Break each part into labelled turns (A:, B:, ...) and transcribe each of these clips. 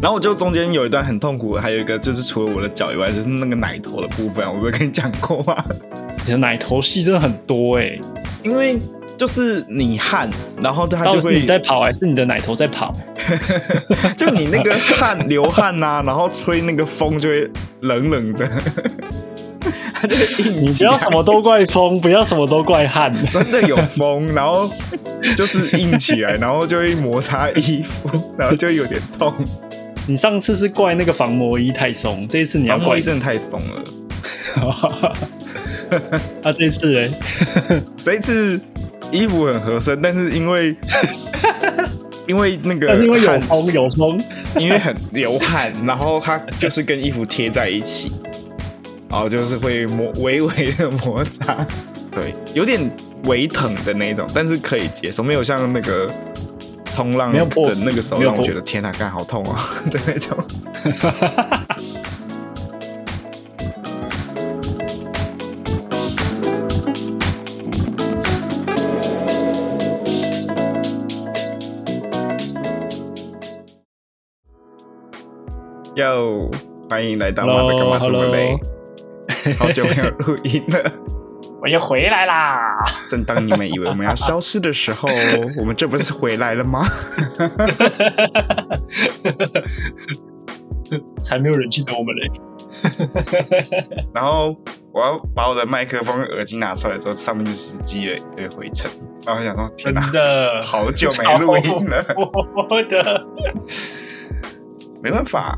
A: 然后我就中间有一段很痛苦，还有一个就是除了我的脚以外，就是那个奶头的部分，我不是跟你讲过吗？
B: 你的奶头戏真的很多哎、
A: 因为就是你汗，然后它
B: 到
A: 就
B: 底是
A: 会
B: 你在跑还是你的奶头在跑？
A: 就你那个汗流汗呐、然后吹那个风就会冷冷的， 它就会硬
B: 你
A: 起
B: 不
A: 来
B: 要什么都怪风，不要什么都怪汗。
A: 真的有风，然后就是硬起来，然后就会摩擦衣服，然后就有点痛。
B: 你上次是怪那个防磨衣太松，这一 次你要
A: 然后
B: 怪
A: 衣真的太松了，
B: 啊，这一次嘞，
A: 这一次衣服很合身，但是因 为因为那个
B: 但是因为有
A: 汗
B: 风有风，
A: 因为很流汗，然后它就是跟衣服贴在一起，然后就是会摩微微的摩擦，对，有点微疼的那种，但是可以接受，没有像那个冲浪
B: 没有破
A: 的那个时候
B: 没有
A: 让我
B: 破
A: 觉得天哪、干好痛哦 的那种。哟，欢迎来到妈的干嘛这么累好久没有录音了。
B: 我又回来啦。
A: 正当你们以为我们要消失的时候，我们这不是回来了吗？
B: 才没有人记得我们嘞。
A: 然后我要把我的麦克风耳机拿出来之后，上面就是积了一堆灰尘。然后我想说，天
B: 真
A: 哪、
B: 的，
A: 好久没录音了，
B: 超 我的。
A: 没办法，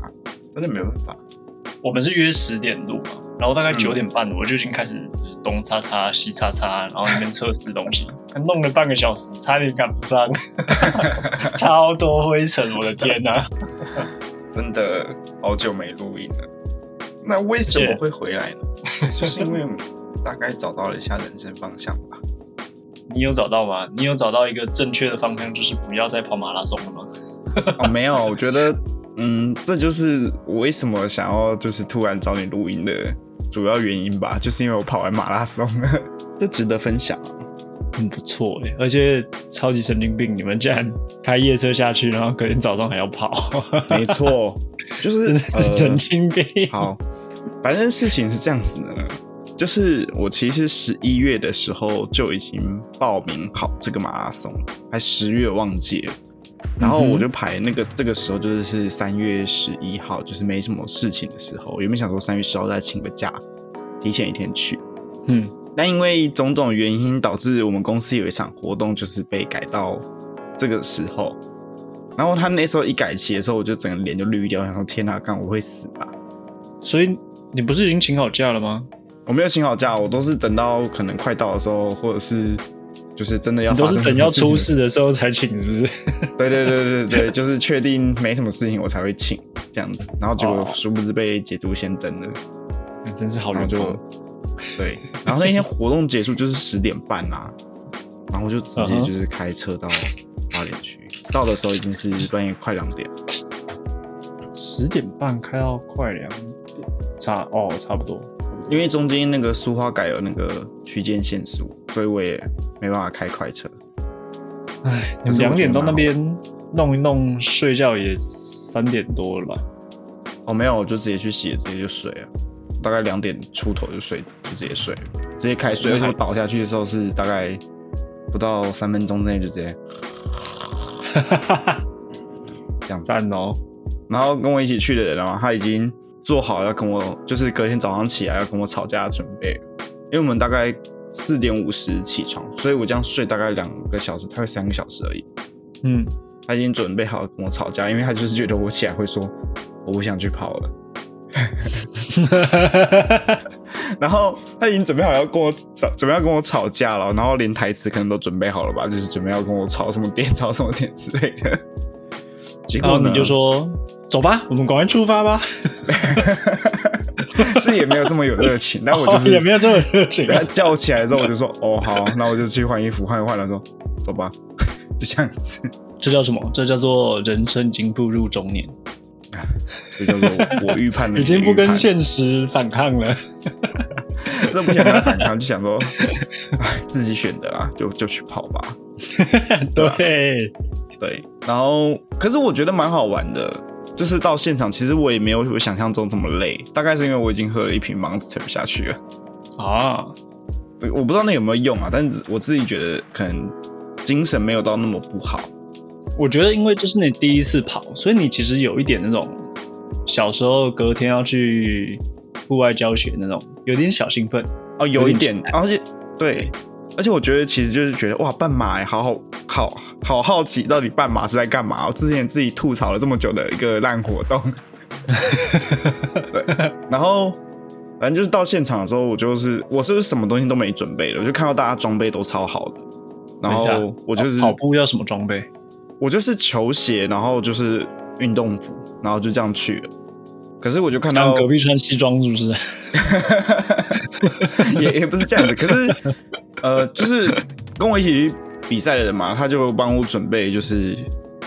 A: 真的没办法。
B: 我们是约十点录嘛，然后大概九点半我就已经开始就是东擦擦西擦擦，然后那边测试东 西，弄了半个小时，差点赶不上， 超多灰尘，我的天哪、
A: 真的好久没录音了。那为什么会回来呢？就是因为我们大概找到了一下人生方向吧。
B: 你有找到吗？你有找到一个正确的方向，就是不要再跑马拉松了吗？
A: 哦，没有，我觉得，嗯，这就是我为什么想要就是突然找你录音的主要原因吧，就是因为我跑完马拉松了， 这值得分享。
B: 很不错哎、而且超级神经病，你们竟然开夜车下去，然后隔天早上还要 跑，
A: 没错，就是
B: 真的是
A: 呃
B: 神经病。
A: 好，反正事情是这样子的呢，就是我其实十一月的时候就已经报名跑这个马拉松了，还十月忘记了。然后
B: 嗯哼
A: 我就排那个这个时候就是是三月十一号，就是没什么事情的时候。原本想说三月十号再请个假，提前一天去，
B: 嗯，
A: 但因为种种原因，导致我们公司有一场活动就是被改到这个时候。然后他那时候一改期的时候，我就整个脸就绿掉，然后天哪，干我会死吧！
B: 所以你不是已经请好假了吗？
A: 我没有请好假，我都是等到可能快到的时候，或者是就是真的要
B: 你都
A: 发
B: 是
A: 生
B: 等
A: 什
B: 要
A: 么事情
B: 出。事的时候才请，是不是？
A: 对对对对对， 就是确定没什么事情我才会请这样子，然后结果
B: 哦
A: 殊不知被捷足先登了，
B: 哎真是好
A: 然后
B: 员
A: 就
B: 工。
A: 对，然后那天活动结束就是十点半啦、然后我就直接
B: 嗯哼
A: 就是开车到花莲去，到的时候已经是半夜快两点了。
B: 十点半开到快两点，差哦，差不多。
A: 因为中间那个苏花改有那个区间限速，所以我也没办法开快车。
B: 哎，
A: 可
B: 你们
A: 是我
B: 两点
A: 觉得蛮
B: 到那
A: 好
B: 边弄一弄，睡觉也三点多了吧？
A: 哦，没有，我就直接去洗了，直接就睡了，大概两点出头就睡，就直接睡了，直接开睡。而且我倒下去的时候是大概不到三分钟之内就直接这样子。
B: 赞哦！
A: 然后跟我一起去的人啊，他已经做好要跟我，就是隔天早上起来要跟我吵架的准备了，因为我们大概四点五十起床，所以我这样睡大概两个小时，大概三个小时而已。
B: 嗯，
A: 他已经准备好跟我吵架，因为他就是觉得我起来会说我不想去跑了，然后他已经准备好要跟我吵，准备要跟我吵架了，然后连台词可能都准备好了吧，就是准备要跟我吵什么点，吵什么点之类的。 结
B: 然
A: 果
B: 后
A: 呢
B: 你就说走吧，我们赶快出发吧。
A: 是也没有这么有热情，但我就
B: 哦也
A: 是
B: 没有这么热情啊
A: 被。他叫我起来之后，我就说哦好，那我就去换衣服，换一换了说走吧， 就这样子，
B: 这叫什么？这叫做人生已经步入中年，
A: 这叫做我我预判的
B: 已经不
A: 预判
B: 跟现实反抗了。
A: 那不想跟他反抗，就想说， 哎，自己选的啦，就就去跑吧。对啊
B: 对，
A: 对，然后可是我觉得蛮好玩的，就是到现场，其实我也没有我想象中这么累，大概是因为我已经喝了一瓶 Monster 下去了。
B: 啊，
A: 我不知道那有没有用啊，但我自己觉得可能精神没有到那么不好。
B: 我觉得因为这是你第一次跑，所以你其实有一点那种小时候隔天要去户外教学那种，有点小兴奋。
A: 哦，有一点
B: 有，点
A: 而且对，而且我觉得其实就是觉得哇，半马欸好好好好好奇，到底半马是在干嘛？我哦之前自己吐槽了这么久的一个烂活动，对，然后反正就是到现场的时候，我就是我是不是什么东西都没准备了，我就看到大家装备都超好的，然
B: 等一
A: 后
B: 下哦
A: 我就是
B: 跑步要什么装备？
A: 我就是球鞋，然后就是运动服，然后就这样去了。可是我就看
B: 然
A: 到
B: 后隔壁穿西装是不是？
A: 也也不是这样子，可是呃，就是跟我一起去比赛的人嘛，他就帮我准备就是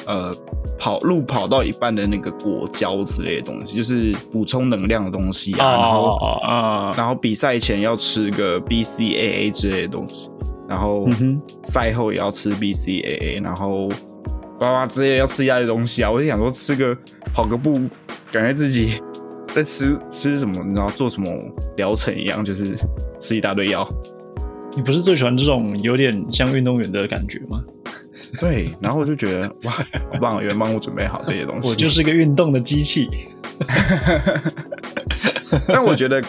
A: 呃跑路跑到一半的那个果胶之类的东西，就是补充能量的东西啊，
B: 哦
A: 然后
B: 啊，
A: 然后比赛前要吃个 BCAA 之类的东西，然后
B: 嗯哼
A: 赛后也要吃 BCAA，然后哇哇之类的要吃一大堆东西啊。我就想说吃个跑个步，感觉自己在吃吃什么，你知道做什么疗程一样，就是吃一大堆药。
B: 你不是最喜欢这种有点像运动员的感觉吗？
A: 对，然后我就觉得哇，好棒哦，有人帮我准备好这些东西。
B: 我就是个运动的机器。
A: 但我觉得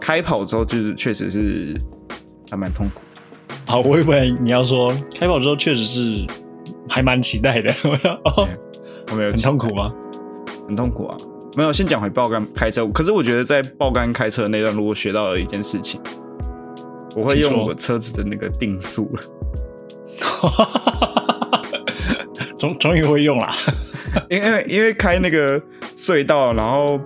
A: 开跑之后就是确实是还蛮痛苦的。
B: 好，我以为你要说开跑之后确实是还蛮期待的， 我说哦，
A: 我没有
B: 很痛苦吗？
A: 很痛苦啊。没有，先讲回爆肝开车。可是我觉得在爆肝开车的那段路，我学到了一件事情，我会
B: 请
A: 用
B: 说
A: 我车子的那个定速了，
B: 终终于会用啦。
A: 因为因为开那个隧道，然后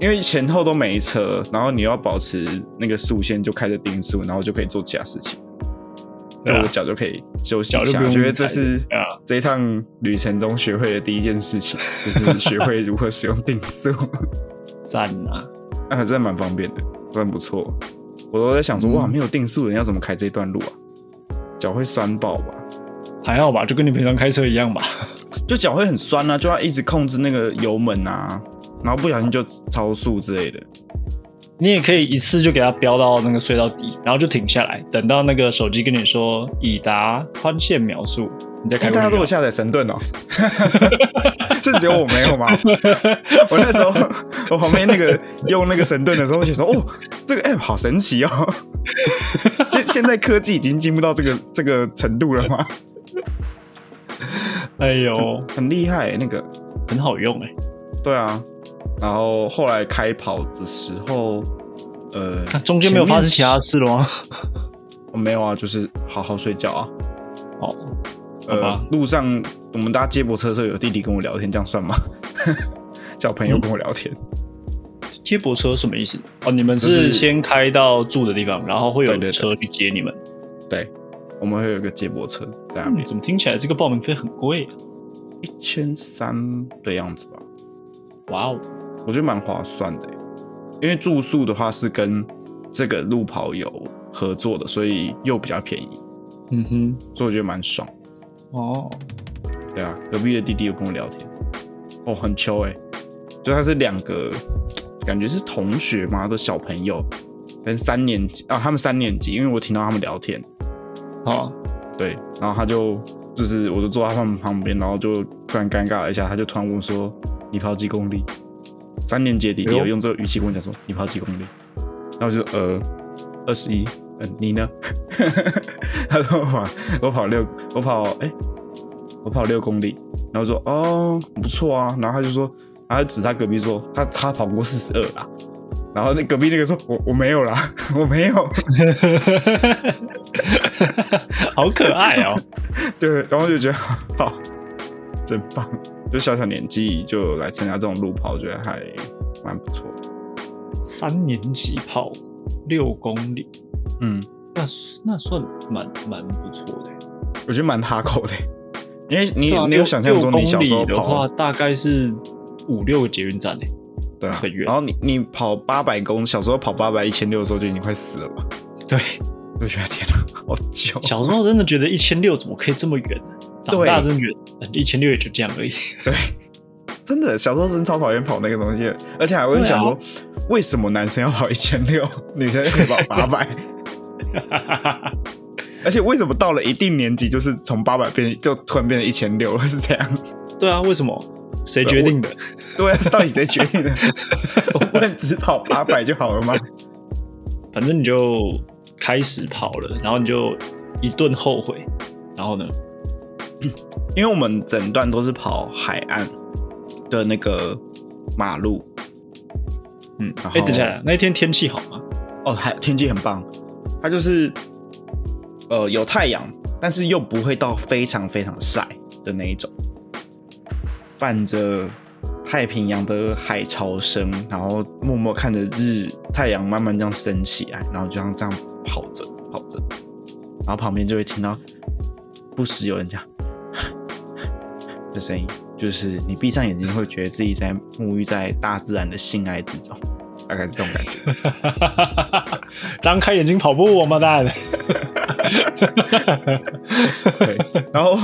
A: 因为前后都没车，然后你要保持那个速线，就开着定速，然后就可以做其他事情，就
B: 对啊
A: 我脚就可以休息
B: 脚
A: 一
B: 就
A: 下。
B: 不
A: 我
B: 用
A: 觉得
B: 踩
A: 这是
B: 对啊
A: 这一趟旅程中学会的第一件事情，就是学会如何使用定速。
B: 赞啊！
A: 那还真的蛮方便的，算不错。我都在想说，
B: 嗯
A: 哇，没有定速，人要怎么开这段路啊？脚会酸爆吧？
B: 还好吧，就跟你平常开车一样吧。
A: 就脚会很酸啊，就要一直控制那个油门啊，然后不小心就超速之类的。
B: 你也可以一次就给它飙到那个隧道底，然后就停下来，等到那个手机跟你说已达宽限秒数，你再
A: 哎、
B: 开回
A: 大家都有
B: 去。
A: 下载神盾哦， 是只有我没有吗？我那时候我旁边那个用那个神盾的时候，我就想说，哦，这个 app 好神奇哦。现现在科技已经进步到这个这个程度了吗？
B: 哎呦，
A: 很厉害、欸那个。
B: 很好用哎、
A: 对啊，然后后来开跑的时候，呃，
B: 那中间没有发生其他事了吗？
A: 前面没有啊，就是好好睡觉啊。
B: 哦，好
A: 呃
B: 吧，
A: 路上我们搭接驳车的时候，有弟弟跟我聊天，这样算吗？ 小朋友跟我聊天，
B: 嗯接驳车什么意思？哦，你们
A: 就是
B: 是先开到住的地方，然后会有
A: 对对对
B: 车去接你们。
A: 对，我们会有一个接驳车在那
B: 嗯
A: 边，
B: 怎么听起来这个报名费很贵、啊？
A: 一千三的样子吧，
B: 哇哦，
A: 我觉得蛮划算的欸、因为住宿的话是跟这个路跑有合作的，所以又比较便宜，
B: 嗯哼，
A: 所以我觉得蛮爽。
B: 哦，
A: 对啊，隔壁的弟弟有跟我聊天，哦，很秋哎、就他是两个，感觉是同学嘛的小朋友，跟三年级啊，他们三年级，因为我听到他们聊天，
B: 好，
A: 对，然后他就就是我就坐在他们旁边，然后就突然尴尬了一下，他就突然问我说：“你跑几公里？”三年级的弟弟
B: 哎呦
A: 有用这个语气跟我讲说：“你跑几公里？”然后我就说呃二十一，嗯，你呢？ 他说我跑我跑六，我跑哎、我跑六公里。然后我说哦不错啊，然后他就说，然后他指他隔壁说他他跑过四十二啦。然后那隔壁那个说，我我没有啦，我没有。
B: 好可爱哦。
A: 对，然后就觉得好，真棒，就小小年纪就来参加这种路跑，我觉得还蛮不错的。
B: 三年级跑六公里，
A: 嗯，
B: 那那算蛮蛮不错的。欸
A: 我觉得蛮哈口的，欸因为你、
B: 对啊
A: 你
B: 六
A: 有想象中你小时候
B: 六公里的话，
A: 跑
B: 大概是五六个捷 运站诶。欸
A: 对、啊、
B: 很远
A: 然后你你跑八百公，小时候跑八百一千六的时候就已经快死了吧？
B: 对，
A: 我觉得天哪，好久。
B: 小时候真的觉得呃一千六怎么可以这么远呢？长
A: 对
B: 大真的觉得一千六也就这样而已。
A: 真的，小时候真的超讨厌跑那个东西的，而且还会想说，为什么男生要跑一千六，女生就可以跑八 百？而且为什么到了一定年纪，就是从八百变就突然变成一千六了？是这样？
B: 对啊，为什么？谁决定的？
A: 对啊，到底谁决定的？我问只跑八百就好了吗？
B: 反正你就开始跑了，然后你就一顿后悔，然后呢？
A: 因为我们整段都是跑海岸的那个马路，
B: 嗯，
A: 然
B: 哎、
A: 后
B: 等一下，那一天天气好吗？
A: 哦，还天气很棒，它就是呃有太阳，但是又不会到非常非常晒的那一种，伴着太平洋的海潮声，然后默默看着日太阳慢慢这样升起来，然后就像这样跑着跑着，然后旁边就会听到不时有人这样 的声音，就是你闭上眼睛会觉得自己在沐浴在大自然的性爱之中，大概是这种感觉。
B: 张开眼睛跑步，王八蛋！
A: 对，然 后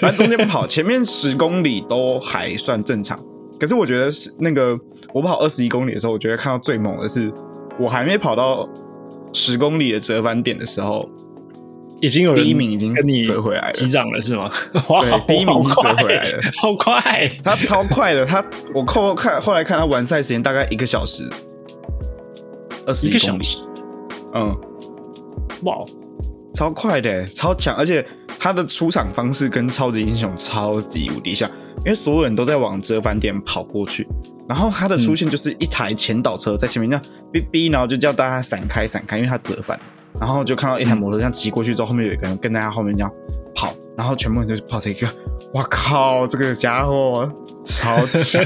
A: 反正中间跑，前面十公里都还算正常。可是我觉得是那个我跑二十一公里的时候，我觉得看到最猛的是，我还没跑到十公里的折返点的时候，
B: 已经有人
A: 第一名已经
B: 跟你
A: 折回来了
B: 击掌了是吗？哇，
A: 对第一名已经
B: 哦好快
A: 折回来了
B: 好快！
A: 他超快的，他我后看后来看他完赛时间大概一个小时二十
B: 一
A: 一
B: 个
A: 公
B: 小
A: 里，
B: 时，
A: 嗯，
B: 哇！
A: 超快的，超强，而且他的出场方式跟超级英雄超级无敌像，因为所有人都在往折返点跑过去，然后他的出现就是一台前导车在前面那样哔哔，然后就叫大家闪开闪开，因为他折返，然后就看到一台摩托车这样骑过去之后，后面有一个人跟在他后面这样跑，然后全部人就跑成一个，哇靠，这个家伙超强，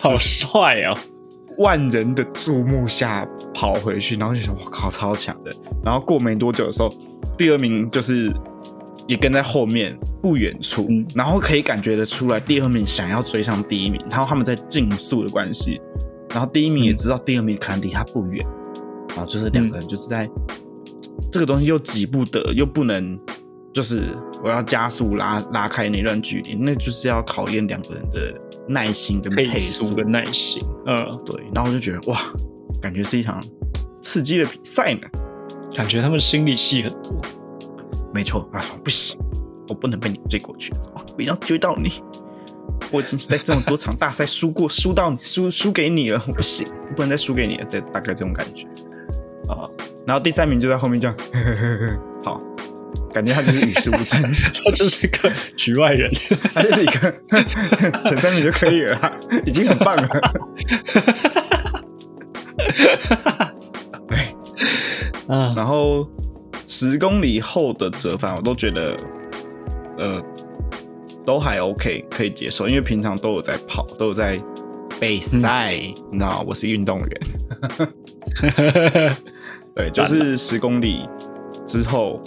B: 好帅哦！
A: 万人的注目下跑回去，然后就想我靠，超强的。然后过没多久的时候，第二名就是也跟在后面不远处，
B: 嗯
A: 然后可以感觉得出来，第二名想要追上第一名，然后他们在竞速的关系，然后第一名也知道第二名可能离他不远，然后就是两个人就是在、这个东西又挤不得，又不能就是我要加速拉拉开那段距离，那就是要考验两个人的耐心跟配
B: 配
A: 速
B: 速跟耐心，嗯，
A: 对，然后我就觉得哇，感觉是一场刺激的比赛呢。
B: 感觉他们心里戏很多。
A: 没错，他说不行，我不能被你追过去，我一定要追到你。我已经在这么多场大赛输过，输到你输输给你了，我不行，我不能再输给你了，对，大概这种感觉
B: 啊。
A: 然后第三名就在后面这样，呵呵呵呵好，感觉他就是与世无争，
B: 他就是个局外 人，
A: 他就是一个前三名就可以了啦，已经很棒了。 对，
B: 啊，
A: 然后十公里后的折返，我都觉得，呃，都还 OK，可以接受，因为平常都有在跑，都有在备赛，你知道，我是运动员，对，就是十公里之后，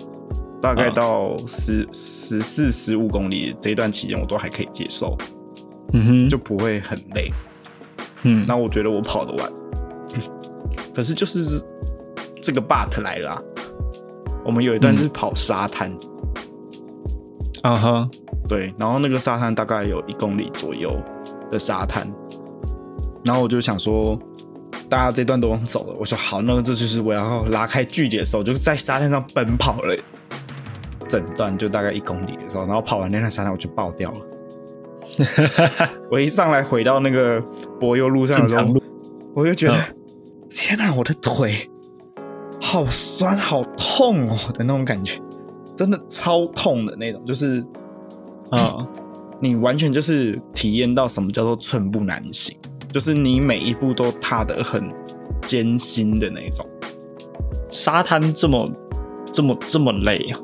A: 大概到十十四十五公里这一段期间，我都还可以接受，
B: 嗯哼，
A: 就不会很累。
B: 嗯，
A: 那我觉得我跑得完， 可是就是这个 but 来了、啊，我们有一段是跑沙滩。
B: 啊哈，
A: 对，然后那个沙滩大概有一公里左右的沙滩，然后我就想说，大家这段都往走了，我说好，那这就是我要拉开距离的时候，我就在沙滩上奔跑了，整段就大概一公里的时候，然后跑完那段沙滩我就爆掉 了。我一上来回到那个柏油路上的时候
B: 正常路，
A: 我就觉得、
B: 嗯
A: 天哪、我的腿好酸好痛哦的那种感觉，真的超痛的那种，就是
B: 啊，
A: 你完全就是体验到什么叫做寸步难行，就是你每一步都踏得很艰辛的那种，
B: 沙滩这么这么这么累啊，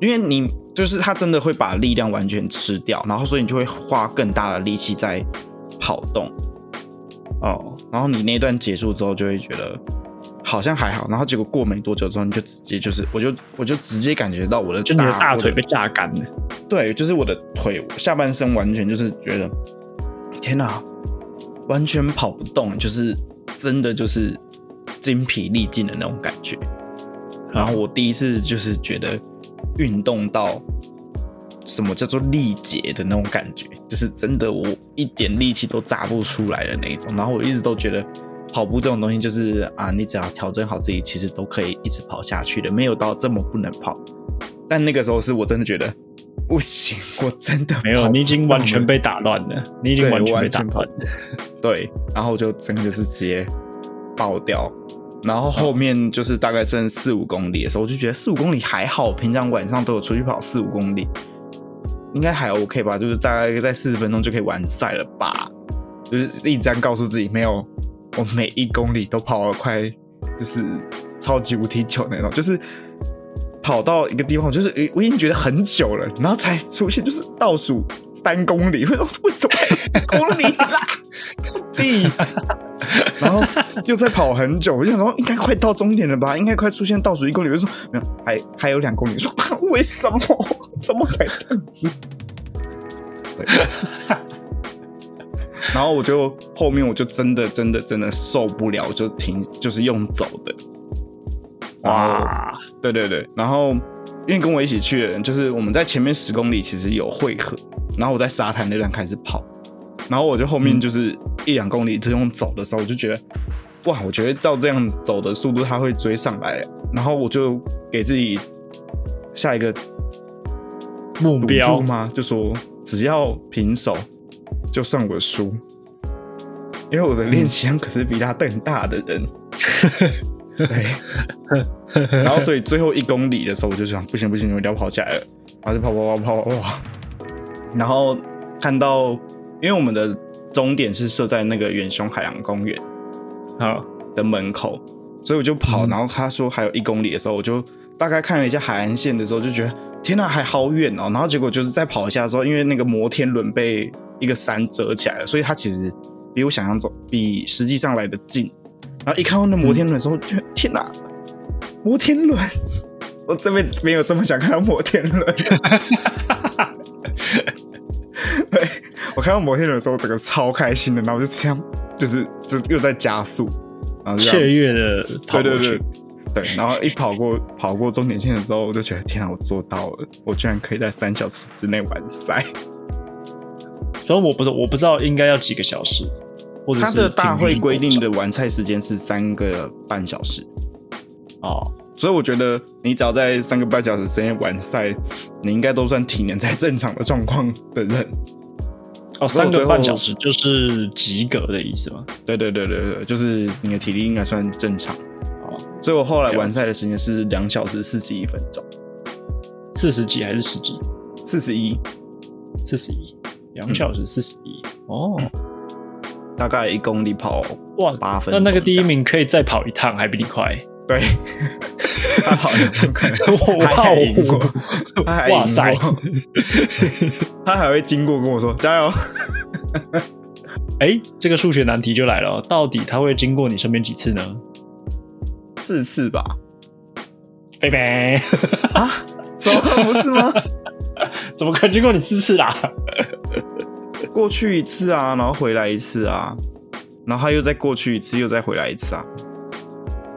A: 因为你就是它真的会把力量完全吃掉，然后所以你就会花更大的力气在跑动，
B: 哦，
A: 然后你那段结束之后就会觉得好像还好，然后结果过没多久之后你就直接就是我就我就直接感觉到我的
B: 就你的大腿
A: 我的
B: 被榨干了，
A: 对，就是我的腿下半身完全就是觉得，天哪，完全跑不动，就是真的就是精疲力尽的那种感觉。然后我第一次就是觉得运动到什么叫做力竭的那种感觉，就是真的我一点力气都榨不出来的那一种。然后我一直都觉得跑步这种东西就是啊，你只要调整好自己，其实都可以一直跑下去的，没有到这么不能跑。但那个时候是我真的觉得不行，我真的
B: 没有，
A: 跑
B: 你已经
A: 不动
B: 完全
A: 了
B: 被打乱了，你已经
A: 对
B: 完全被
A: 完
B: 打
A: 全
B: 乱了。
A: 对，然后就真的就是直接爆掉。然后后面就是大概剩四五公里的时候，我就觉得四五公里还好，平常晚上都有出去跑四五公里，应该还 OK 吧？就是大概在四十分钟就可以完赛了吧？就是一直这样告诉自己，没有，我每一公里都跑了快，就是超级无敌久那种，就是跑到一个地方，就是诶我已经觉得很久了，然后才出现就是倒数三公里，我 说为什么还有三公里啊啦？地， 然后又在跑很久，我就想说应该快到终点了吧，应该快出现倒数一公里，我就说没有，还哎还有两公里，我说为什么？ 怎么才这样子？对 然后我就后面我就真的真的真的受不了，我就停，就是用走的。然后
B: 哇，
A: 对对对，然后因为跟我一起去的人，就是我们在前面十公里其实有汇合，然后我在沙滩那段开始跑，然后我就后面就是一两公里就用走的时候，我就觉得，哇，我觉得照这样走的速度，他会追上来，然后我就给自己下一个
B: 目
A: 赌
B: 标
A: 注吗？就说只要平手，就算我输，因为我的练习量可是比他更大的人。对，然后所以最后一公里的时候，我就想不行不行，我一定要跑起来了，然后就跑跑跑跑跑跑，然后看到，因为我们的终点是设在那个远雄海洋公园。
B: 好，
A: 的门口，所以我就跑。
B: 嗯
A: 然后他说还有一公里的时候，我就大概看了一下海岸线的时候，就觉得天呐、还好远哦。然后结果就是再跑一下的时候，因为那个摩天轮被一个山遮起来了，所以它其实比我想象中比实际上来的近。然后一看到那摩天轮的时候，就觉得天哪、摩天轮！我这辈子没有这么想看到摩天轮。 对，我看到摩天轮的时候，我整个超开心的，然后我就这样，就是就又在加速，然后就这样
B: 雀跃的跑
A: 对
B: 过
A: 对
B: 去
A: 对，对，然后一跑过跑过终点线的时候，我就觉得天啊，我做到了，我居然可以在三小时之内完 赛。
B: 所以我不是我不知道应该要几个小时，或者
A: 他
B: 是
A: 的大
B: 平
A: 会
B: 均
A: 规定
B: 多
A: 的完赛时间是三个半小时，
B: 少哦，
A: 所以我觉得你只要在三个半小时之内完赛，你应该都算体能在正常的状况的人。
B: 哦，三
A: 最
B: 个
A: 后
B: 半小时就是及格的意思吗？
A: 对对对对对，就是你的体力应该算正常。
B: 哦，
A: 所以我后来完赛的时间是两小时四十一分钟，
B: 四十几还是十几？
A: 四十一，
B: 四十一，两小时四十一。
A: 嗯
B: 哦，
A: 大概一公里跑
B: 哇，
A: 八分
B: 那
A: 钟。
B: 那个第一名可以再跑一趟，还比你快。
A: 对，他好像可能
B: 我
A: 他
B: 怕
A: 还赢
B: 我
A: 过，他还
B: 哇
A: 赢
B: 塞
A: 过， 他还会经过跟我说加油。
B: 哎，这个数学难题就来了哦，到底它会经过你身边几次呢？
A: 四次吧？
B: 贝贝，
A: 啊，怎么不是吗？
B: 怎么可能经过你四次啦？
A: 过去一次啊，然后回来一次啊，然后他又再过去一次，又再回来一次啊。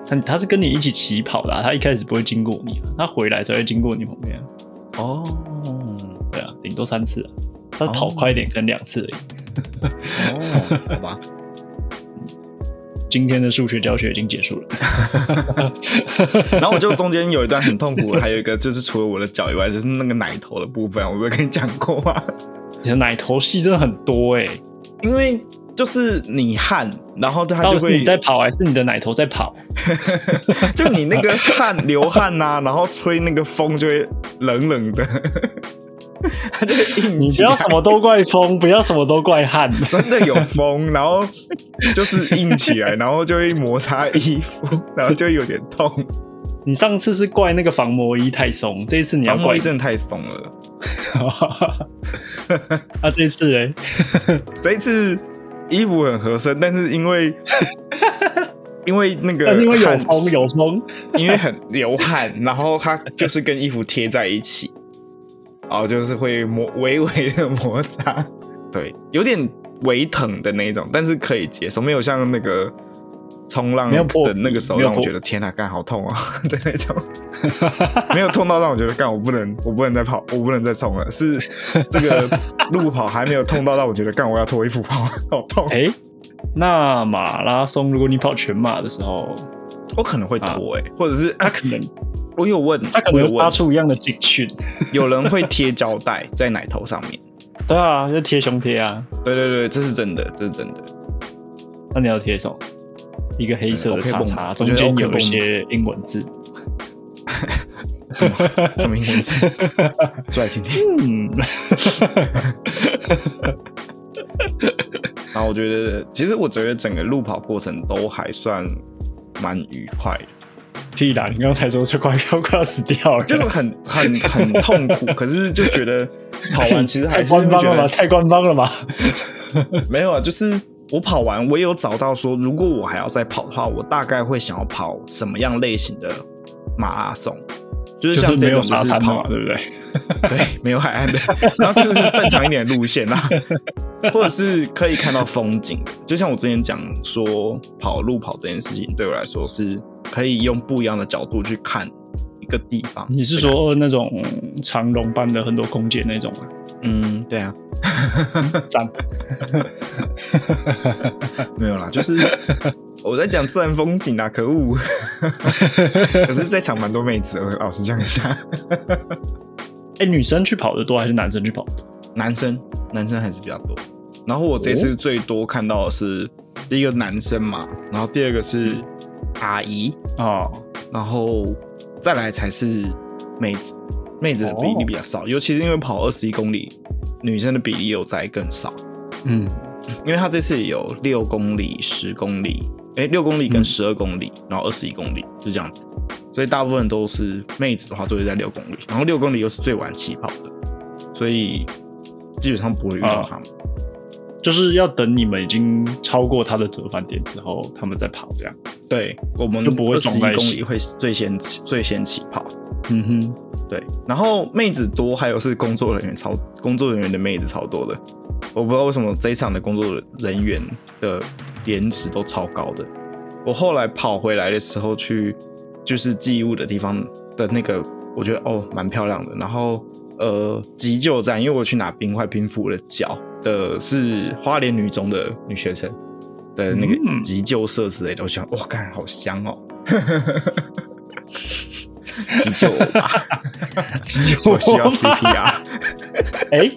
B: 他他是跟你一起起跑的啊、他一开始不会经过你啊，他回来才会经过你旁边啊。
A: 哦，
B: 对啊，顶多三次啊，他
A: 哦
B: 跑快一点跟两次而已。
A: 哦，好吧，
B: 今天的数学教学已经结束了，
A: 然后我就中间有一段很痛苦的，还有一个就是除了我的脚以外，就是那个奶头的部分，我不是跟你讲过吗？
B: 你的奶头戏真的很多哎、
A: 因为就是你汗，然后它
B: 到
A: 就
B: 底是
A: 会
B: 你在跑还是你的奶头在跑？
A: 就你那个汗 流汗呐、然后吹那个风就会冷冷的， 它就会硬
B: 你不
A: 起来
B: 要什么都怪风， 不要什么都怪汗。
A: 真的有风，然后就是硬起来，然后就会摩擦衣服，然后就会有点痛。
B: 你上次是怪那个防磨衣太松，这一次你要
A: 然后
B: 怪
A: 衣真的太松了，
B: 它。那、这一次 哎，
A: 这一次衣服很合身，但是因 为因为那个
B: 但是因为有
A: 汗哦
B: 风有风，
A: 因为很流汗，然后它就是跟衣服贴在一起，然后就是会摩微微的摩擦，对，有点微疼的那一种，但是可以接受，没有像那个冲浪
B: 没有破
A: 的那个手
B: 没有
A: 让
B: 破
A: 我觉得天哪、干好痛哦的那 种，没有痛到让我觉得干我不能我不能再跑我不能再冲了，是这个路跑还没有痛到让我觉得干我要脱衣服跑，好痛，
B: 哎、那马拉松，如果你跑全马的时候，
A: 我可能会脱哎、或者是
B: 他
A: 啊，
B: 可能
A: 我有问，
B: 他可
A: 我有
B: 能发
A: 问，
B: 出一样的警讯。
A: 有人会贴胶带在奶头上 面，
B: 对啊，就贴胸贴啊。
A: 对对对，这是真的，这是真的，
B: 那你要贴什么？一个黑色的
A: 对，OK
B: 叉
A: 绷
B: 叉，
A: 我
B: 中
A: 觉得
B: 间
A: OK
B: 有一
A: 绷
B: 些英文字。
A: 什 么什么英文字？出来听听。
B: 嗯，
A: 然后我觉得，其实我觉得整个路跑过程都还算蛮愉快的，
B: 屁啦！你刚才说这快要快要死掉了，
A: 就是 很很很痛苦，可是就觉得跑完其实还
B: 太
A: 是会
B: 官 方
A: 觉
B: 了吧？
A: 得
B: 太官方了吧？
A: 没有啊，就是。我跑完，我也有找到说，如果我还要再跑的话，我大概会想要跑什么样类型的马拉松，就是
B: 就
A: 像
B: 是
A: 这
B: 没有
A: 种就
B: 沙
A: 是
B: 滩的
A: 跑
B: 嘛，对不对？
A: 对，没有海岸的，然后就是正常一点的路线啦，或者是可以看到风景的。就像我之前讲说，跑路跑这件事情对我来说是可以用不一样的角度去看一个地方。
B: 你是说那种长龙般的很多空姐那种吗？
A: 嗯，对啊，
B: 赞，
A: 没有啦，就是我在讲自然风景啊，可恶。可是在场蛮多妹子的，我老实讲一下，
B: 哎、女生去跑的多还是男生去跑的多？
A: 男生男生还是比较多。然后我这次最多看到的是第一个男生嘛，然后第二个是阿姨。
B: 哦，
A: 然后再来才是妹子，妹子的比例比较
B: 哦
A: 少，尤其是因为跑二十一公里，女生的比例又在更少，
B: 嗯，
A: 因为她这次有六公里、十公里，哎，六公里跟
B: 嗯
A: 十二公里，然后二十一公里是这样子，所以大部分都是妹子的话都是在六公里，然后六公里又是最晚起跑的，所以基本上不会遇到
B: 啊
A: 她们。
B: 就是要等你们已经超过他的折返点之后，他们再跑这样。
A: 对我们
B: 就不会
A: 二十
B: 撞
A: 一
B: 在一
A: 公
B: 起
A: 里会最先起最先起跑，
B: 嗯 哼，
A: 对，然后妹子多，还有是工作人员超工作人员的妹子超多的，我不知道为什么这一场的工作人员的颜值都超高的。我后来跑回来的时候去就是寄物的地方的那个，我觉得哦蛮漂亮的。然后呃急救站，因为我去拿冰块冰敷了脚的是花莲女中的女学生的那个
B: 嗯
A: 急救设施类的，我想哇干好香哦。 急救我吧，我需要 CPR。
B: 哎、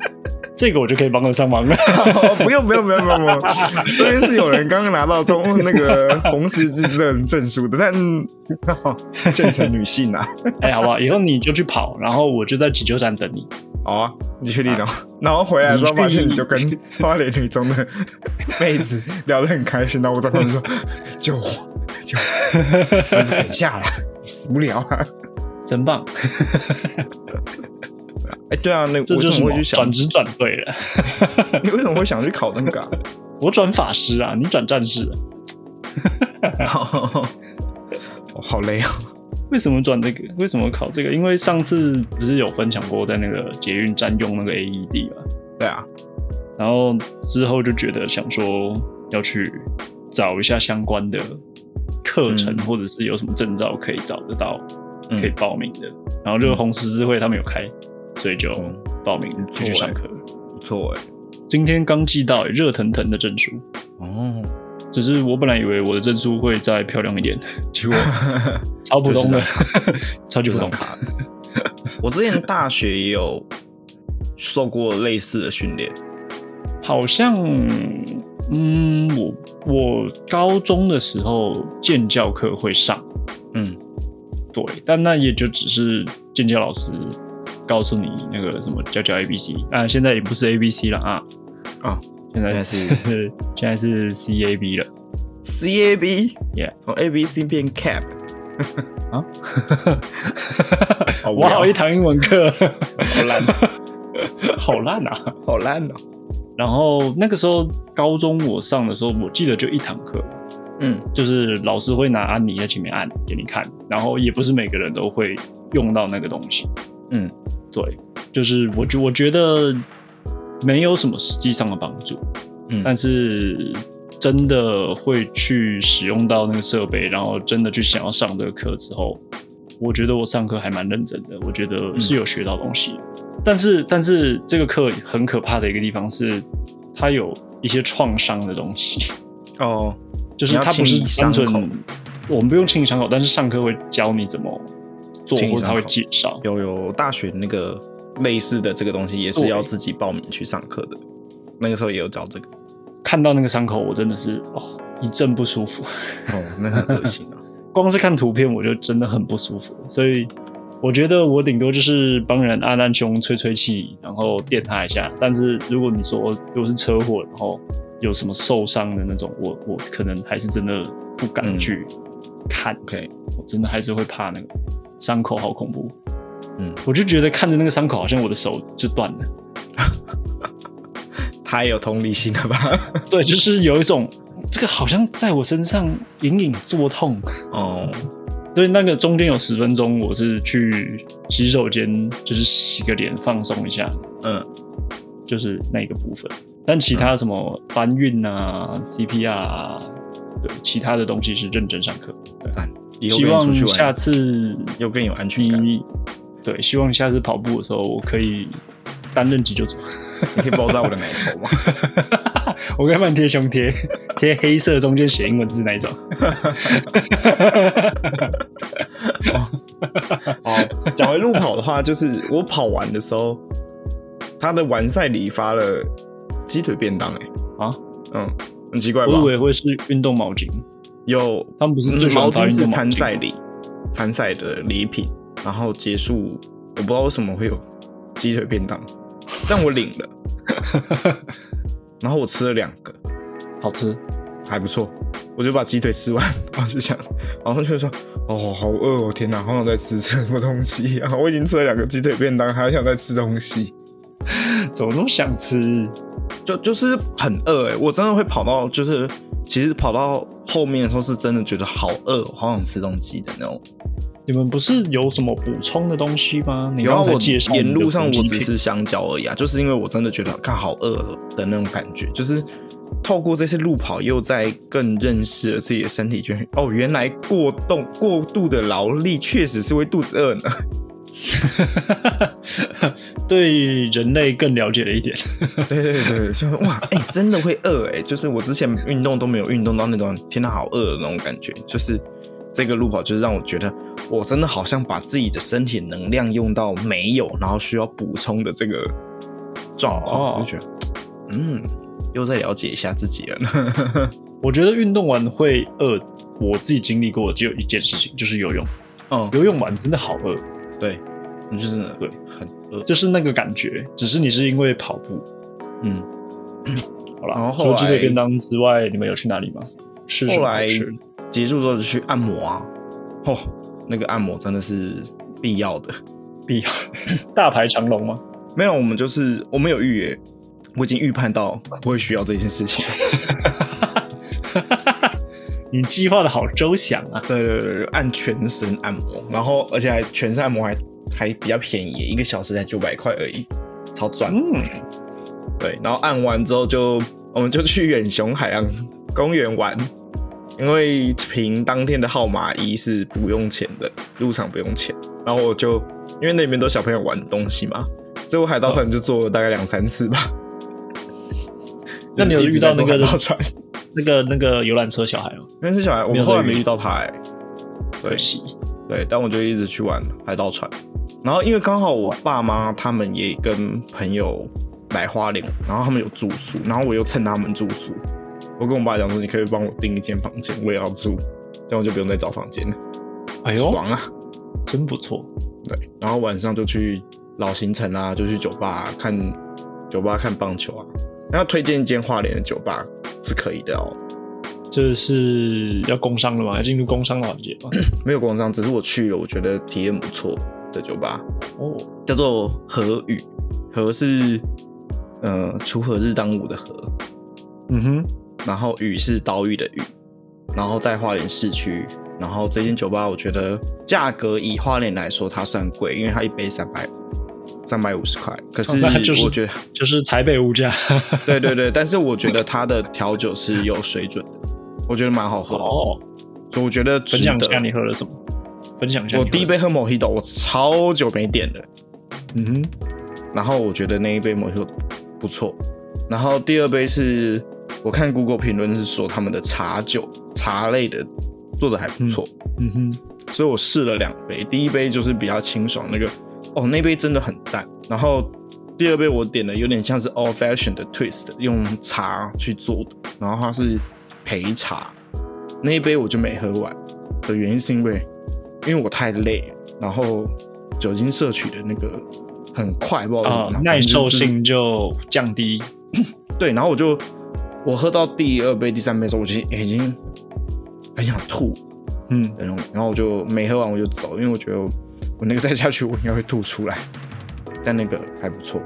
B: 这个我就可以帮得上忙了。
A: 哦不用不用不用不用，不用，这边是有人刚刚拿到中那个红十字证证书的，但哦建成女性 啊，
B: 哎、好不好？以后你就去跑，然后我就在急救站等你。
A: 好啊，你确定哦？然后回来之后发现你就跟花莲女中的妹子聊得很开心，然后我在旁边说 救我救我，我就说等一下啦，你死不了啊！
B: 真棒，
A: 哎，对啊，那
B: 这
A: 我
B: 就
A: 怎
B: 是
A: 么
B: 我
A: 会去想
B: 转？职转对了。
A: 你为什么会想去考那 个啊？
B: 我转法师啊，你转战士、啊，
A: 哦好累哦，
B: 为什么转这个？为什么考这个？因为上次不是有分享过在那个捷运站用那个 AED 嘛，
A: 对啊，
B: 然后之后就觉得想说要去找一下相关的课程，
A: 嗯
B: 或者是有什么证照可以找得到、
A: 嗯
B: 可以报名的。然后这个红十字会他们有开，所以就
A: 嗯
B: 报名就去上课。
A: 不错哎，
B: 今天刚寄到、热腾腾的证书。
A: 哦，
B: 只是我本来以为我的证书会再漂亮一 点，结果超普通的， 超级普通。
A: 我之前大学也有受过类似的训练，
B: 好像，嗯，我我高中的时候建教课会上，
A: 嗯，
B: 对，但那也就只是建教老师告诉你那个什么叫叫 A B C 啊，现在也不是 A B C 了啊，
A: 啊，
B: 现在是 现在是 C A B 了，
A: C A B，
B: Yeah 啊
A: 从 A B C 变 Cap，好无
B: 我
A: 聊
B: 好一堂英文课，
A: 好烂，
B: 好烂啊！
A: 好烂哦。
B: 然后那个时候高中我上的时候，我记得就一堂课，
A: 嗯
B: 就是老师会拿安妮在前面按给你看，然后也不是每个人都会用到那个东西。
A: 嗯，
B: 对，就是我觉我觉得没有什么实际上的帮助，
A: 嗯
B: 但是真的会去使用到那个设备，然后真的去想要上这个课之后，我觉得我上课还蛮认真的，我觉
A: 嗯
B: 得是有学到东西。但是，但是这个课很可怕的一个地方是，它有一些创伤的东西，
A: 哦，
B: 就是它不
A: 你要
B: 是
A: 清理
B: 单
A: 伤
B: 纯
A: 口，
B: 我们不用清理伤口，但是上课会教你怎么做，
A: 清理
B: 或者他
A: 伤
B: 会
A: 口
B: 介绍。
A: 有有大学那个类似的这个东西，也是
B: 对
A: 要自己报名去上课的。那个时候也有找这个，
B: 看到那个伤口，我真的是哦一阵不舒服。
A: 哦，那很恶心啊。
B: 光是看图片我就真的很不舒服，所以我觉得我顶多就是帮人阿丹兄吹吹气，然后电他一下。但是如果你说如果是车祸，然后有什么受伤的那种，我我可能还是真的不敢
A: 嗯
B: 去看，
A: OK，
B: 我真的还是会怕那个伤口好恐怖。
A: 嗯，
B: 我就觉得看着那个伤口，好像我的手就断 了。
A: 太有同理心了吧？
B: 对，就是有一种这个好像在我身上隐隐作痛。
A: 哦，
B: 所以那个中间有十分钟，我是去洗手间，就是洗个脸放松一下，
A: 嗯，
B: 就是那个部分。但其他什么搬运啊、CPR 啊，对，其他的东西是认真上课。
A: 以后
B: 希
A: 跟你出
B: 望
A: 去
B: 下
A: 玩，
B: 次
A: 又更有安全感。
B: 你对，希望下次跑步的时候，我可以担任急 救组。
A: 你可以包扎我的奶头吗？
B: 我跟他们贴胸贴，贴黑色中间写英文字那一种。
A: 哦，讲回路跑的话，就是我跑完的时候，他的完赛礼发了鸡腿便当、欸，
B: 啊，
A: 嗯，很奇怪吧
B: 我以？为会是运动毛巾，
A: 有
B: 他们不是
A: 嗯
B: 最喜
A: 毛
B: 欢发
A: 巾
B: 运
A: 是
B: 动毛
A: 参
B: 巾吗
A: 赛礼，参赛的礼品，然后结束，我不知道为什么会有鸡腿便当，但我领了， 然后我吃了两个，
B: 好吃。
A: 还不错，我就把鸡腿吃完，然后就想， 然后就说，哦，好饿哦，天哪，好想再吃什么东西 啊！我已经吃了两个鸡腿便当，还想再吃东西，
B: 怎么那么想吃？
A: 就就是很饿哎、我真的会跑到，就是其实跑到后面的时候是真的觉得好饿，好想吃东西的那种。
B: 你们不是有什么补充的东西吗？你
A: 然
B: 刚
A: 后
B: 才
A: 啊我
B: 介绍
A: 沿路上我
B: 你的补
A: 只
B: 给品
A: 吃香蕉而已啊，就是因为我真的觉得看好饿的那种感觉，就是透过这些路跑，又在更认识了自己的身体，就哦，原来过动过度的劳力确实是会肚子饿呢。
B: 对人类更了解了一点。
A: 对对对对，就是 哇，哎、真的会饿哎、就是我之前运动都没有运动到那种天哪好饿的那种感觉，就是这个路跑就是让我觉得我真的好像把自己的身体能量用到没有，然后需要补充的这个状况，
B: 哦
A: 我就觉得嗯，又在了解一下自己了 呢。
B: 我觉得运动完会饿，我自己经历过只有一件事情，就是游泳。
A: 嗯，
B: 游泳完真的好饿，
A: 对，你就真的
B: 对
A: 很饿，
B: 就是那个感觉。只是你是因为跑步，
A: 嗯。
B: 好
A: 然后
B: 啦，
A: 哦后
B: 除了鸡腿
A: 来
B: 便当之外，你们有去哪里吗？吃什
A: 后
B: 么好
A: 来
B: 吃的？
A: 结束之后就去按摩啊，哦，那个按摩真的是必要的。
B: 必要 大排长龙吗？
A: 没有，我们就是我们有预约，我已经预判到不会需要这件事情。
B: 你计划的好周详啊！
A: 对对对对，按全身按摩，然后而且还全身按摩还还比较便宜，一个小时才九百块而已，超赚。
B: 嗯，
A: 对，然后按完之后就我们就去远雄海洋公园玩，因为凭当天的号码一是不用钱的，入场不用钱。然后我就因为那边都小朋友玩的东西嘛，所以我海盗船就坐了大概两三次吧。
B: 那你有遇到那
A: 就是一直在坐海
B: 个
A: 盗船？
B: 那个那个游览车小孩吗？
A: 那是小孩，我
B: 没有
A: 们后来
B: 在
A: 没
B: 遇
A: 遇到他哎、对
B: 可惜，
A: 对，但我就一直去玩海盗船。然后因为刚好我爸妈他们也跟朋友来花莲，然后他们有住宿，然后我又趁他们住宿，我跟我爸讲说，你可以帮我订一间房间，我也要住，这样我就不用再找房间了，
B: 哎呦，
A: 爽啊！
B: 真不错。
A: 对，然后晚上就去老行程啊，就去酒吧、看酒吧看棒球啊。然后推荐一间花莲的酒吧是可以的哦，
B: 这是要工商了吗？要进入工商的环节 吗？
A: 没有工商，只是我去了，我觉得体验不错的酒吧。
B: 哦，
A: 叫做和语，和是呃锄禾日当午的和，
B: 嗯哼，
A: 然后雨是岛屿的雨，然后在花莲市区，然后这间酒吧我觉得价格以花莲来说它算贵，因为它一杯三百三百五十块，可是
B: 哦那就是
A: 我觉得，
B: 就是台北物价。
A: 对对对，但是我觉得它的调酒是有水准的，我觉得蛮好喝的，
B: 哦，
A: 所以我觉得
B: 分
A: 值
B: 享一下
A: 得。
B: 你喝了什么？分享一下你喝了什么。
A: 我第一杯喝 Mojito，我超久没点了，
B: 嗯哼，
A: 然后我觉得那一杯 Mojito 不错，然后第二杯是我看 Google 评论是说他们的茶酒茶类的做的还不错，
B: 嗯哼，
A: 所以我试了两杯，第一杯就是比较清爽，那个哦那杯真的很赞。然后第二杯我点的有点像是 old fashion 的 twist，用茶去做的，然后它是焙茶。那一杯我就没喝完的原因是因为因为我太累了，然后酒精摄取的那个很快，不知道为什么
B: 啊
A: 然后，
B: 耐受
A: 哦就是
B: 性就降低。
A: 对，然后我就我喝到第二杯、第三杯的时候，我其实已经很想吐
B: 嗯，
A: 的那种，然后我就没喝完我就走，因为我觉得我我那个再下去我应该会吐出来，但那个还不错。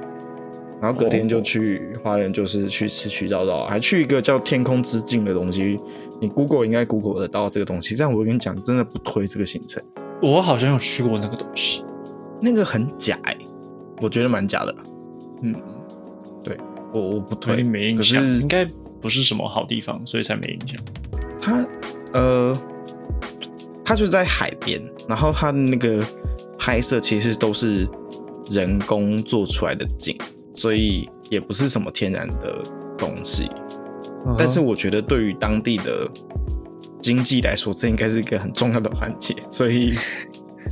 A: 然后隔天就去花园，就是去市区绕绕，还去一个叫天空之境的东西，你 Google 应该 Google 得到这个东西，但我跟你讲，真的不推这个行程，
B: 我好像有去过那个东西。
A: 那个很假哎、我觉得蛮假的，
B: 嗯，
A: 我我不推
B: 对，，没
A: 可
B: 印象，
A: 是
B: 应该不是什么好地方，所以才没印象。
A: 它呃，它就在海边，然后它的那个拍摄其实都是人工做出来的景，所以也不是什么天然的东西。但是我觉得对于当地的经济来说，这应该是一个很重要的环节，所以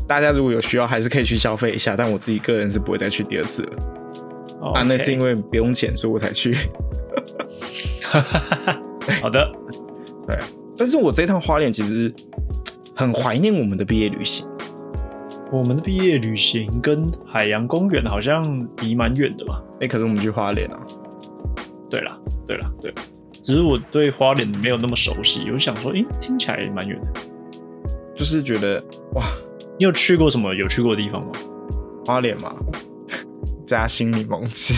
A: 大家如果有需要，还是可以去消费一下。但我自己个人是不会再去第二次了。
B: 哦
A: 啊，那是因为
B: 为
A: 不用钱，所以我才去。
B: 好的，
A: 对，但是我这趟花莲其实很怀念我们的毕业旅行。
B: 我们的毕业旅行跟海洋公园好像离蛮远的吧？
A: 哎、可是我们去花莲啊，
B: 对啦，对啦，对。只是我对花莲没有那么熟悉，我想说，诶，听起来蛮远的。
A: 就是觉得哇，
B: 你有去过什么有去过的地方吗？
A: 花莲嘛，加心柠檬汁，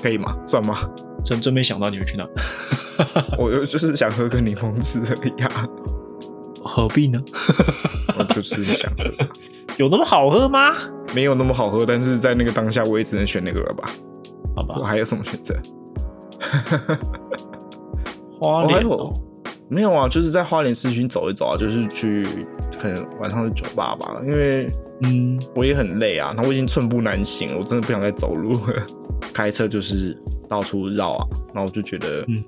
A: 可以吗？算吗？
B: 真真没想到你会去那，
A: 我就就是想喝个柠檬汁而已啊，
B: 何必呢？
A: 我就是想喝，
B: 有那么好喝吗？
A: 没有那么好喝，但是在那个当下，我也只能选那个了吧？
B: 好
A: 我
B: 吧，
A: 还有什么选择？
B: 花
A: 我还
B: 莲、
A: 有
B: 哦，
A: 没有啊，就是在花莲市区走一走啊，就是去可能晚上的酒吧吧，因为
B: 嗯，
A: 我也很累啊，然后我已经寸步难行了，我真的不想再走路了。 开车就是到处绕啊，然后我就觉得，
B: 嗯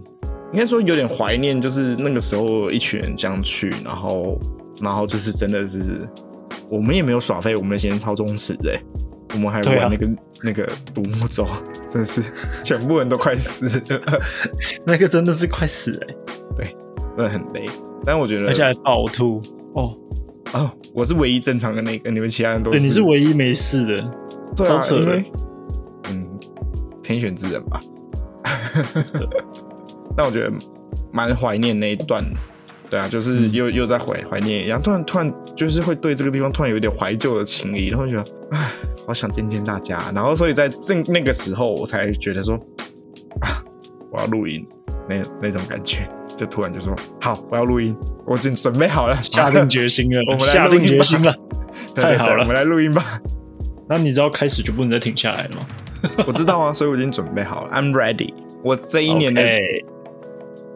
A: 应该说有点怀念，就是那个时候一群人这样去，然后，然后就是真的是，我们也没有耍废，我们以前超忠实的欸、我们还
B: 对啊
A: 玩那个、那个独木舟，真的 是全部人都快死了，
B: 那个真的是快死了欸
A: 真的很累。但我觉得，
B: 而且还暴吐哦。
A: 哦，我是唯一正常的那个，你们其他人都
B: 对，
A: 是
B: 你是唯一没事的，
A: 对啊
B: 超，扯的
A: 因为嗯，天选之人 吧。但我觉得蛮怀念那一段，对啊，就是又、又在怀怀念一样，突然突然就是会对这个地方突然有一点怀旧的情谊，然后就觉得唉，好想见见大家，然后所以在这那个时候我才觉得说啊，我要录音，那那种感觉，就突然就说好，我要录音，我已经准备好了，
B: 下定决心了，
A: 我们来
B: 下
A: 录
B: 定
A: 音
B: 决
A: 吧
B: 心了。
A: 对对对
B: 太好了
A: 我们来录音吧，
B: 那你知道开始就不能再停下来了吗？
A: 我知 道啊，所以我已经准备好了，I'm ready，我这一年的
B: OK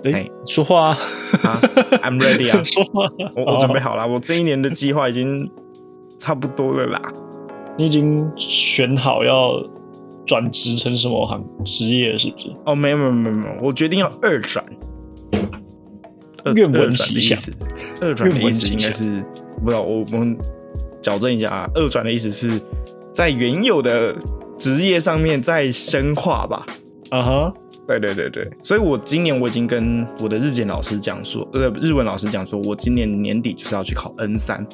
B: 哎
A: 嘿，
B: 说话啊，，
A: 啊，I'm ready 啊
B: 说话啊，
A: 我我准备好了，我这一年的计划已经差不多了啦。
B: 你已经选好要转职成什么行职业了，是不是？
A: 哦，没有没有没有没有，我决定要二转。二
B: 愿闻
A: 二转
B: 其
A: 的意
B: 详
A: 思，二转的
B: 愿
A: 意
B: 闻
A: 思
B: 其
A: 应该
B: 详
A: 是不知道，我我们矫正一下啊，二转的意思是在原有的职业上面再深化吧。嗯
B: 啊哈，
A: 对对对对，所以我今年我已经跟我的日检老师讲说，呃，日文老师讲说，我今年年底就是要去考 N 三，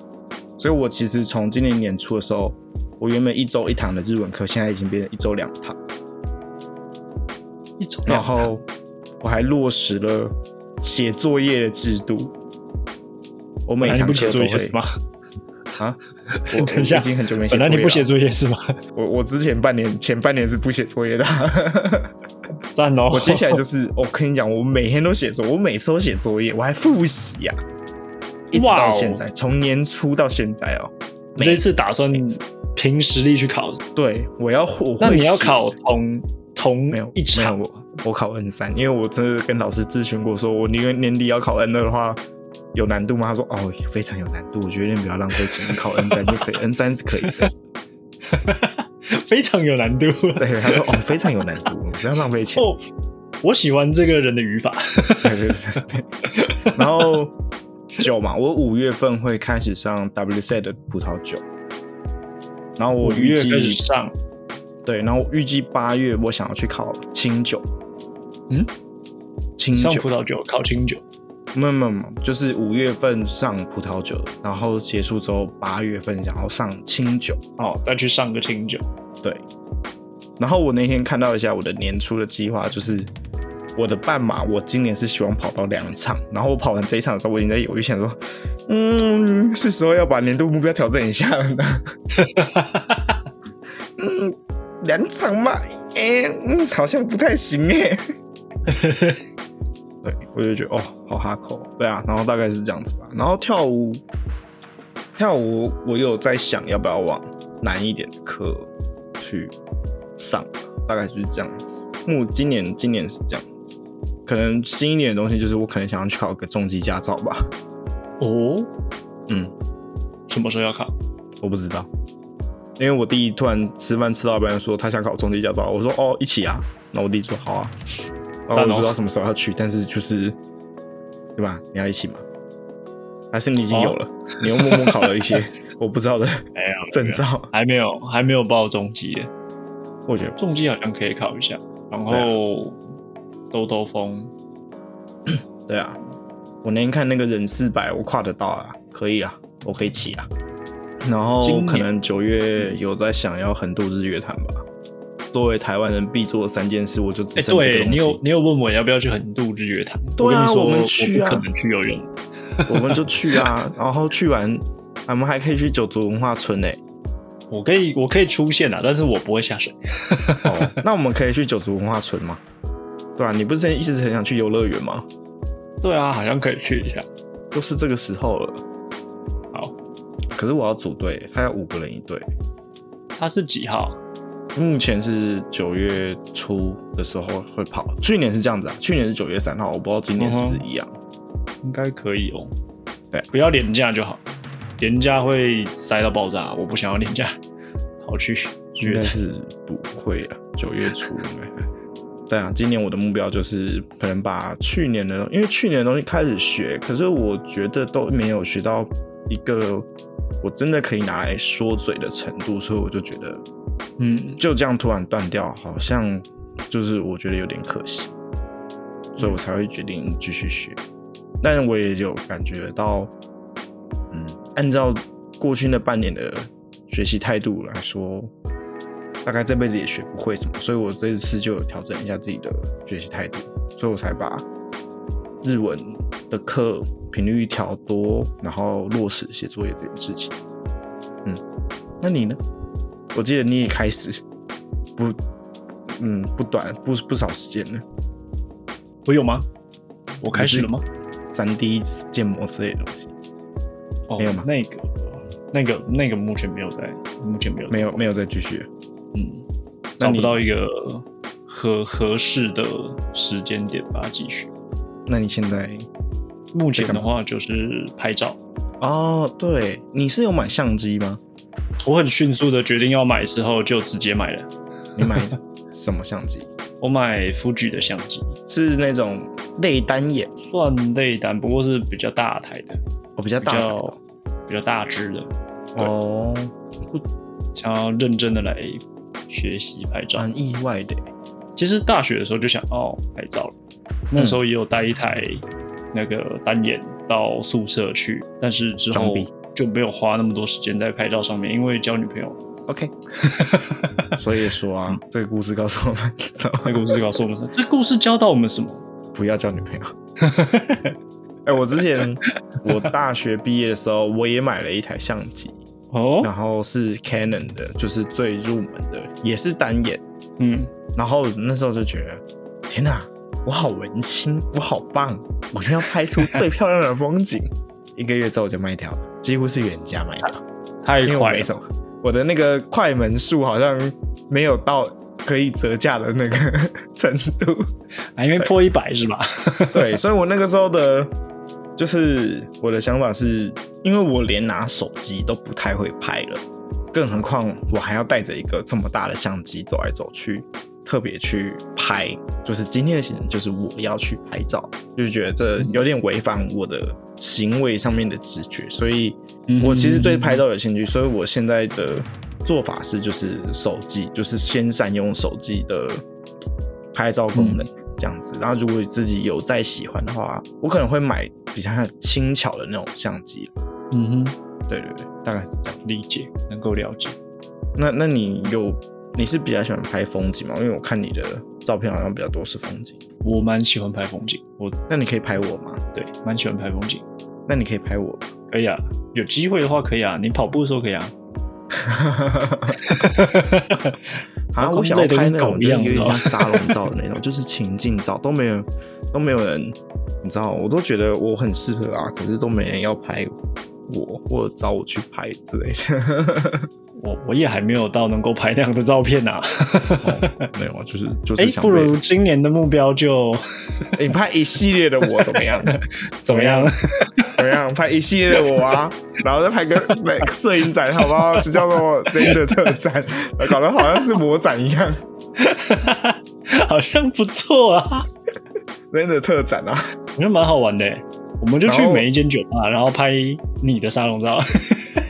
A: 所以我其实从今年年初的时候，我原本一周一堂的日文课，现在已经变成一周两堂，
B: 一种
A: 然后我还落实了写作业的制度，我每
B: 本来你
A: 堂
B: 不
A: 课
B: 写
A: 都
B: 作业
A: 会
B: 是吗？
A: 啊，我
B: 等
A: 我
B: 一
A: 已
B: 下
A: 经很久没写作
B: 本
A: 业
B: 来
A: 啊
B: 你不写
A: 了
B: 作业是吗？
A: 我我之前半年前半年是不写作业的啊、
B: 赞 哦！
A: 我接下来就是，我跟你讲，我每天都写作，我每次都写作业，我还复习呀、一直
B: 哇
A: 到
B: 哦
A: 现在，从年初到现在哦，
B: 你这一次打算凭实力去考。
A: 对，我要我
B: 那
A: 会
B: 你要
A: 写
B: 考同同
A: 没有
B: 一
A: 没有
B: 场，
A: 我我考 N 三，因为我真的跟老师咨询过说，我宁愿年底要考 N 二的话。有难度吗？他说哦，非常有难度，我决定不要浪费钱，考 N 三就可以，N 三是可以的。
B: 非常有难度。
A: 对，他说哦，非常有难度，不要浪费钱。
B: 哦，我喜欢这个人的语法。
A: 对对对对。 然后酒嘛，我五月份会开始上 WC 的葡萄酒，然后我
B: 五月
A: 预计
B: 开始上，
A: 对，然后我预计八月我想要去考清酒。
B: 嗯，
A: 清
B: 上
A: 酒
B: 葡萄酒，考清酒。
A: 没有没有没有，就是五月份上葡萄酒，然后结束之后八月份想要上清酒。
B: 哦，再去上个清酒。
A: 对，然后我那天看到一下我的年初的计划，就是我的半马，我今年是希望跑到两场，然后我跑完这一场的时候，我已经在犹豫，想说，嗯，是时候要把年度目标调整一下 了呢。嗯，两场嘛，哎、嗯，好像不太行哎、对，我就觉得哦，好哈口，对啊，然后大概是这样子吧。然后跳舞，跳舞我有在想要不要往难一点的课去上，大概就是这样子。目今年今年是这样子，可能新一点的东西就是我可能想要去考个重机驾照吧，
B: 哦，
A: 嗯，
B: 什么时候要考？
A: 我不知道，因为我弟突然吃饭吃到一半说他想考重机驾照，我说哦一起啊，那我弟说好啊，然后我
B: 赞哦
A: 也不知道什么时候要去，但是就是对吧？你要一起吗？还是你已经有了，你又默默考了一 些我不知道的
B: 哦没有
A: 证，照，
B: 还没有，还没有报中级耶。
A: 我觉得
B: 重机好像可以考一下，然
A: 啊
B: 后兜兜风。
A: 对啊，我那天看那个人四百，我跨得到啊，可以啊，我可以骑啊。然后
B: 今年
A: 可能九月有在想要横渡日月潭吧。作为台湾人必做的三件事，我就只
B: 哎、
A: 剩这个
B: 对
A: 东
B: 你
A: 西。
B: 有你有问我要不要去横渡日月潭？
A: 对啊
B: 我跟你说
A: 我们去啊
B: 我不可能去游泳。
A: 我们就去啊，然后去完，啊我们还可以去九族文化村诶、
B: 我可以我可以出现啊，但是我不会下水。
A: 哦，那我们可以去九族文化村吗？对啊，你不是之前一直很想去游乐园吗？
B: 对啊，好像可以去一下。
A: 就是这个时候了。
B: 好，
A: 可是我要组队，他要五个人一队。
B: 它是几号？
A: 目前是九月初的时候会跑，去年是这样子啊，去年是九月三号，我不知道今年是不是一样。
B: 应该可以哦。
A: 对
B: 不要廉价就好，廉价会塞到爆炸，我不想要廉价。跑去日
A: 应
B: 月
A: 该
B: 潭，
A: 是不会啊，九月初应该。 对啊，今年我的目标就是可能把去年的，因为去年的东西开始学，可是我觉得都没有学到一个我真的可以拿来说嘴的程度，所以我就觉得
B: 嗯，
A: 就这样突然断掉，好像就是我觉得有点可惜，所以我才会决定继续学。但我也有感觉到，嗯，按照过去那半年的学习态度来说，大概这辈子也学不会什么，所以我这次就有调整一下自己的学习态度，所以我才把日文的课频率调多，然后落实写作业这件事情。嗯，那你呢？我记得你也开始不，嗯，不短不不少时间了，
B: 我有吗？我开始了吗？
A: 三 D 建模之类的东西，
B: 哦，
A: 没有吗
B: 那个，那个，那个目前没有在，目前没有在
A: 没有没有再继续了。
B: 嗯，
A: 那
B: 找
A: 你
B: 不到一个合合适的时间点把它继续。
A: 那你现在
B: 目前的话就是拍照，
A: 哦，对，你是有买相机 吗？
B: 我很迅速的决定要买之后就直接买了，
A: 你买什么相机？
B: 我买 Fuji 的相机，
A: 是那种类单眼，
B: 算内单，不过是比较大台的，
A: 哦，比较
B: 比
A: 大台的
B: 较比较大只的，对
A: 哦，
B: 想要认真的来学习拍照。
A: 蛮意外的耶。
B: 其实大学的时候就想哦拍照了，
A: 嗯
B: 那时候也有带一台那个单眼到宿舍去，但是之
A: 装
B: 后
A: 逼
B: 就没有花那么多时间在拍照上面，因为交女朋友。
A: 嗯 OK，所以说啊，这个故事告诉我们，
B: 那个故事告诉我们说，这故事教到我们什么？
A: 不要交女朋友。 哎、我之前我大学毕业的时候，我也买了一台相机，
B: 哦
A: 然，后是 Canon 的，就是最入门的，也是单眼。
B: 嗯，
A: 然后那时候就觉得，天哪、我好文青，我好棒，我就要拍出最漂 亮的风景。一个月之后我就卖掉了，几乎是原价卖掉，
B: 太
A: 因为我
B: 啊快
A: 没
B: 了，
A: 什么，我的那个快门数好像没有到可以折价的那个 程 度。
B: 啊，因为破一百是吧？
A: 对，所以我那个时候的，就是我的想法是，因为我连拿手机都不太会拍了，更何况我还要带着一个这么大的相机走来走去，特别去拍，就是今天的行程就是我要去拍照，就是觉得这有点违反我的行为上面的直觉，所以我其实对拍照有兴趣，所以我现在的做法是，就是手机，就是先善用手机的拍照功能。这样子。然后如果自己有再喜欢的话，我可能会买比较轻巧的那种相机。
B: 嗯哼，
A: 对对对，大概是这样。
B: 理解，能够了解。
A: 那那你有你是比较喜欢拍风景吗？因为我看你的照片好像比较多是风景。
B: 我蛮喜欢拍风景，我
A: 那你可以拍我吗？
B: 对蛮喜欢拍风景。
A: 那你可以拍我吗。
B: 可以啊，有机会的话可以啊。你跑步的时候可 以啊。
A: 好像
B: 我
A: 我想要
B: 累得
A: 拍
B: 哦跟
A: 那
B: 狗
A: 种
B: 一
A: 就是有
B: 样啊
A: 点
B: 你
A: 像
B: 知
A: 沙龙照的那种，就是情境照，都没有都没有人，你知道，我都觉得我很适合啊，可是都没人要拍我或者找我去拍之类的。
B: 我我也还没有到能够拍那样的照片啊。
A: 哦没有啊，就是就是
B: 哎、
A: 想
B: 不
A: 被
B: 如今年的目 标就
A: 欸你拍一系列的我怎么样？
B: 怎么样？
A: 啊怎么样？拍一系列的我啊，然后再拍个那个 摄影展，好不好？这叫做真的特展，搞得好像是魔展一样，
B: 好像不错啊，
A: 真的特展啊！
B: 我觉得蛮好玩的欸。我们就去
A: 然后
B: 每一间酒吧，然后拍你的沙龙照。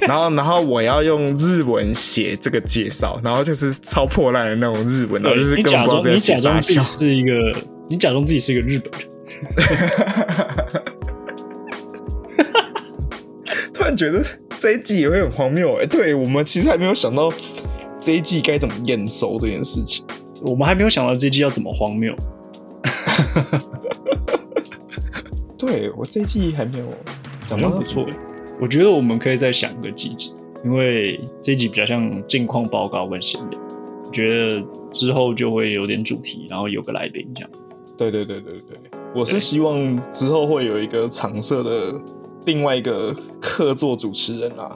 A: 然后，然后我要用日文写这个介绍，然后就是超破烂的那种日文，然
B: 对，
A: 后就是
B: 你
A: 根
B: 假
A: 本不知道
B: 装
A: 这
B: 你
A: 个
B: 假
A: 写
B: 装
A: 啥
B: 自己
A: 笑。
B: 是一个，你假装自己是一个日本人。
A: 突然觉得这一季也会很荒谬哎、对我们其实还没有想到这一季该怎么验收这件事情。
B: 我们还没有想到这季要怎么荒谬。
A: 嗯对我这一季还没有
B: 好
A: 想到
B: 像不错欸，我觉得我们可以再想个几集，因为这一集比较像近况报告跟闲聊。我觉得之后就会有点主题，然后有个来宾这样。
A: 对对对对对，我是
B: 对
A: 希望之后会有一个常设的另外一个客座主持人啊。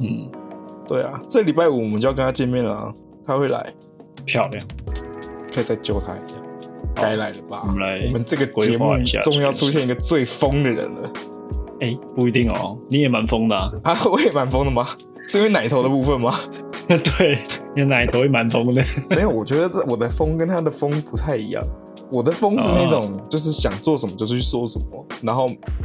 B: 嗯，
A: 对啊，这礼拜五我们就要跟他见面了、啊，他会来，
B: 漂亮，
A: 可以再揪他一下。该来了吧？
B: 我们来
A: 我们这个节
B: 规
A: 目
B: 划一下
A: 终于要
B: 这件事
A: 出现一个最疯的人了
B: 哎、不一定哦，你也蛮疯的、啊。
A: 啊！我也蛮疯的吗？是因为奶头的部分吗？
B: 对，你的奶头也蛮疯的。
A: 没有，我觉得这我的疯跟他的疯不太一样。我的疯是那种，就是想做什么就去说什么，然后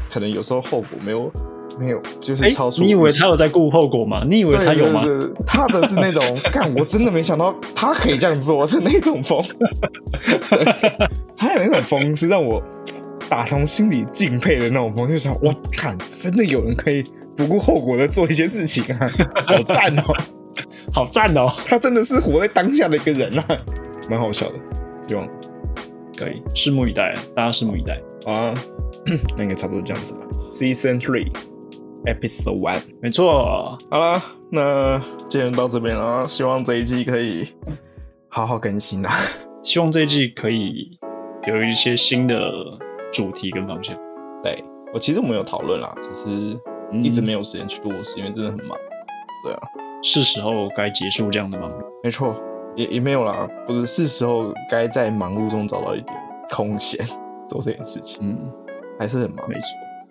A: 可能有时候后果没有没有，就是超出
B: 你以
A: 预
B: 为
A: 期
B: 他有在顾后果吗？你以为
A: 对
B: 他有吗？
A: 对对对他的是那 种，干，我真的没想到他可以这样做的那种 风。对他有那种风是让我打从心里敬佩的那种风，就想，哇，看，真的有人可以不顾后果的做一些事情啊， 好赞哦！
B: 好赞哦！
A: 他真的是活在当下的一个人啊，蛮好笑的，希望
B: 可以，拭目以待，大家拭目以待。
A: 好啊， 那应该差不多这样子吧。Season Three Episode One。
B: 没错，
A: 好啦，那今天到这边了，希望这一季可以好好更新啦。
B: 希望这一季可以有一些新的主题跟方向。
A: 对我其实我们有讨论啦，只是一直没有时间去落实，因为真的很忙。
B: 是时候该结束这样的忙碌。
A: 没错，也也没有啦，不是是时候该在忙碌中找到一点空闲 做这件事情，
B: 嗯，
A: 还是很忙，
B: 没错。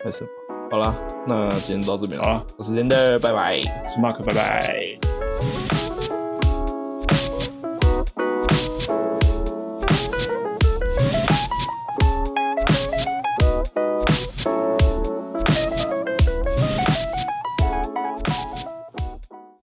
A: 还是很忙。好啦，那今天到这边
B: 好
A: 了
B: 啦，
A: 有时间的，拜拜。
B: 是 Mark，拜拜。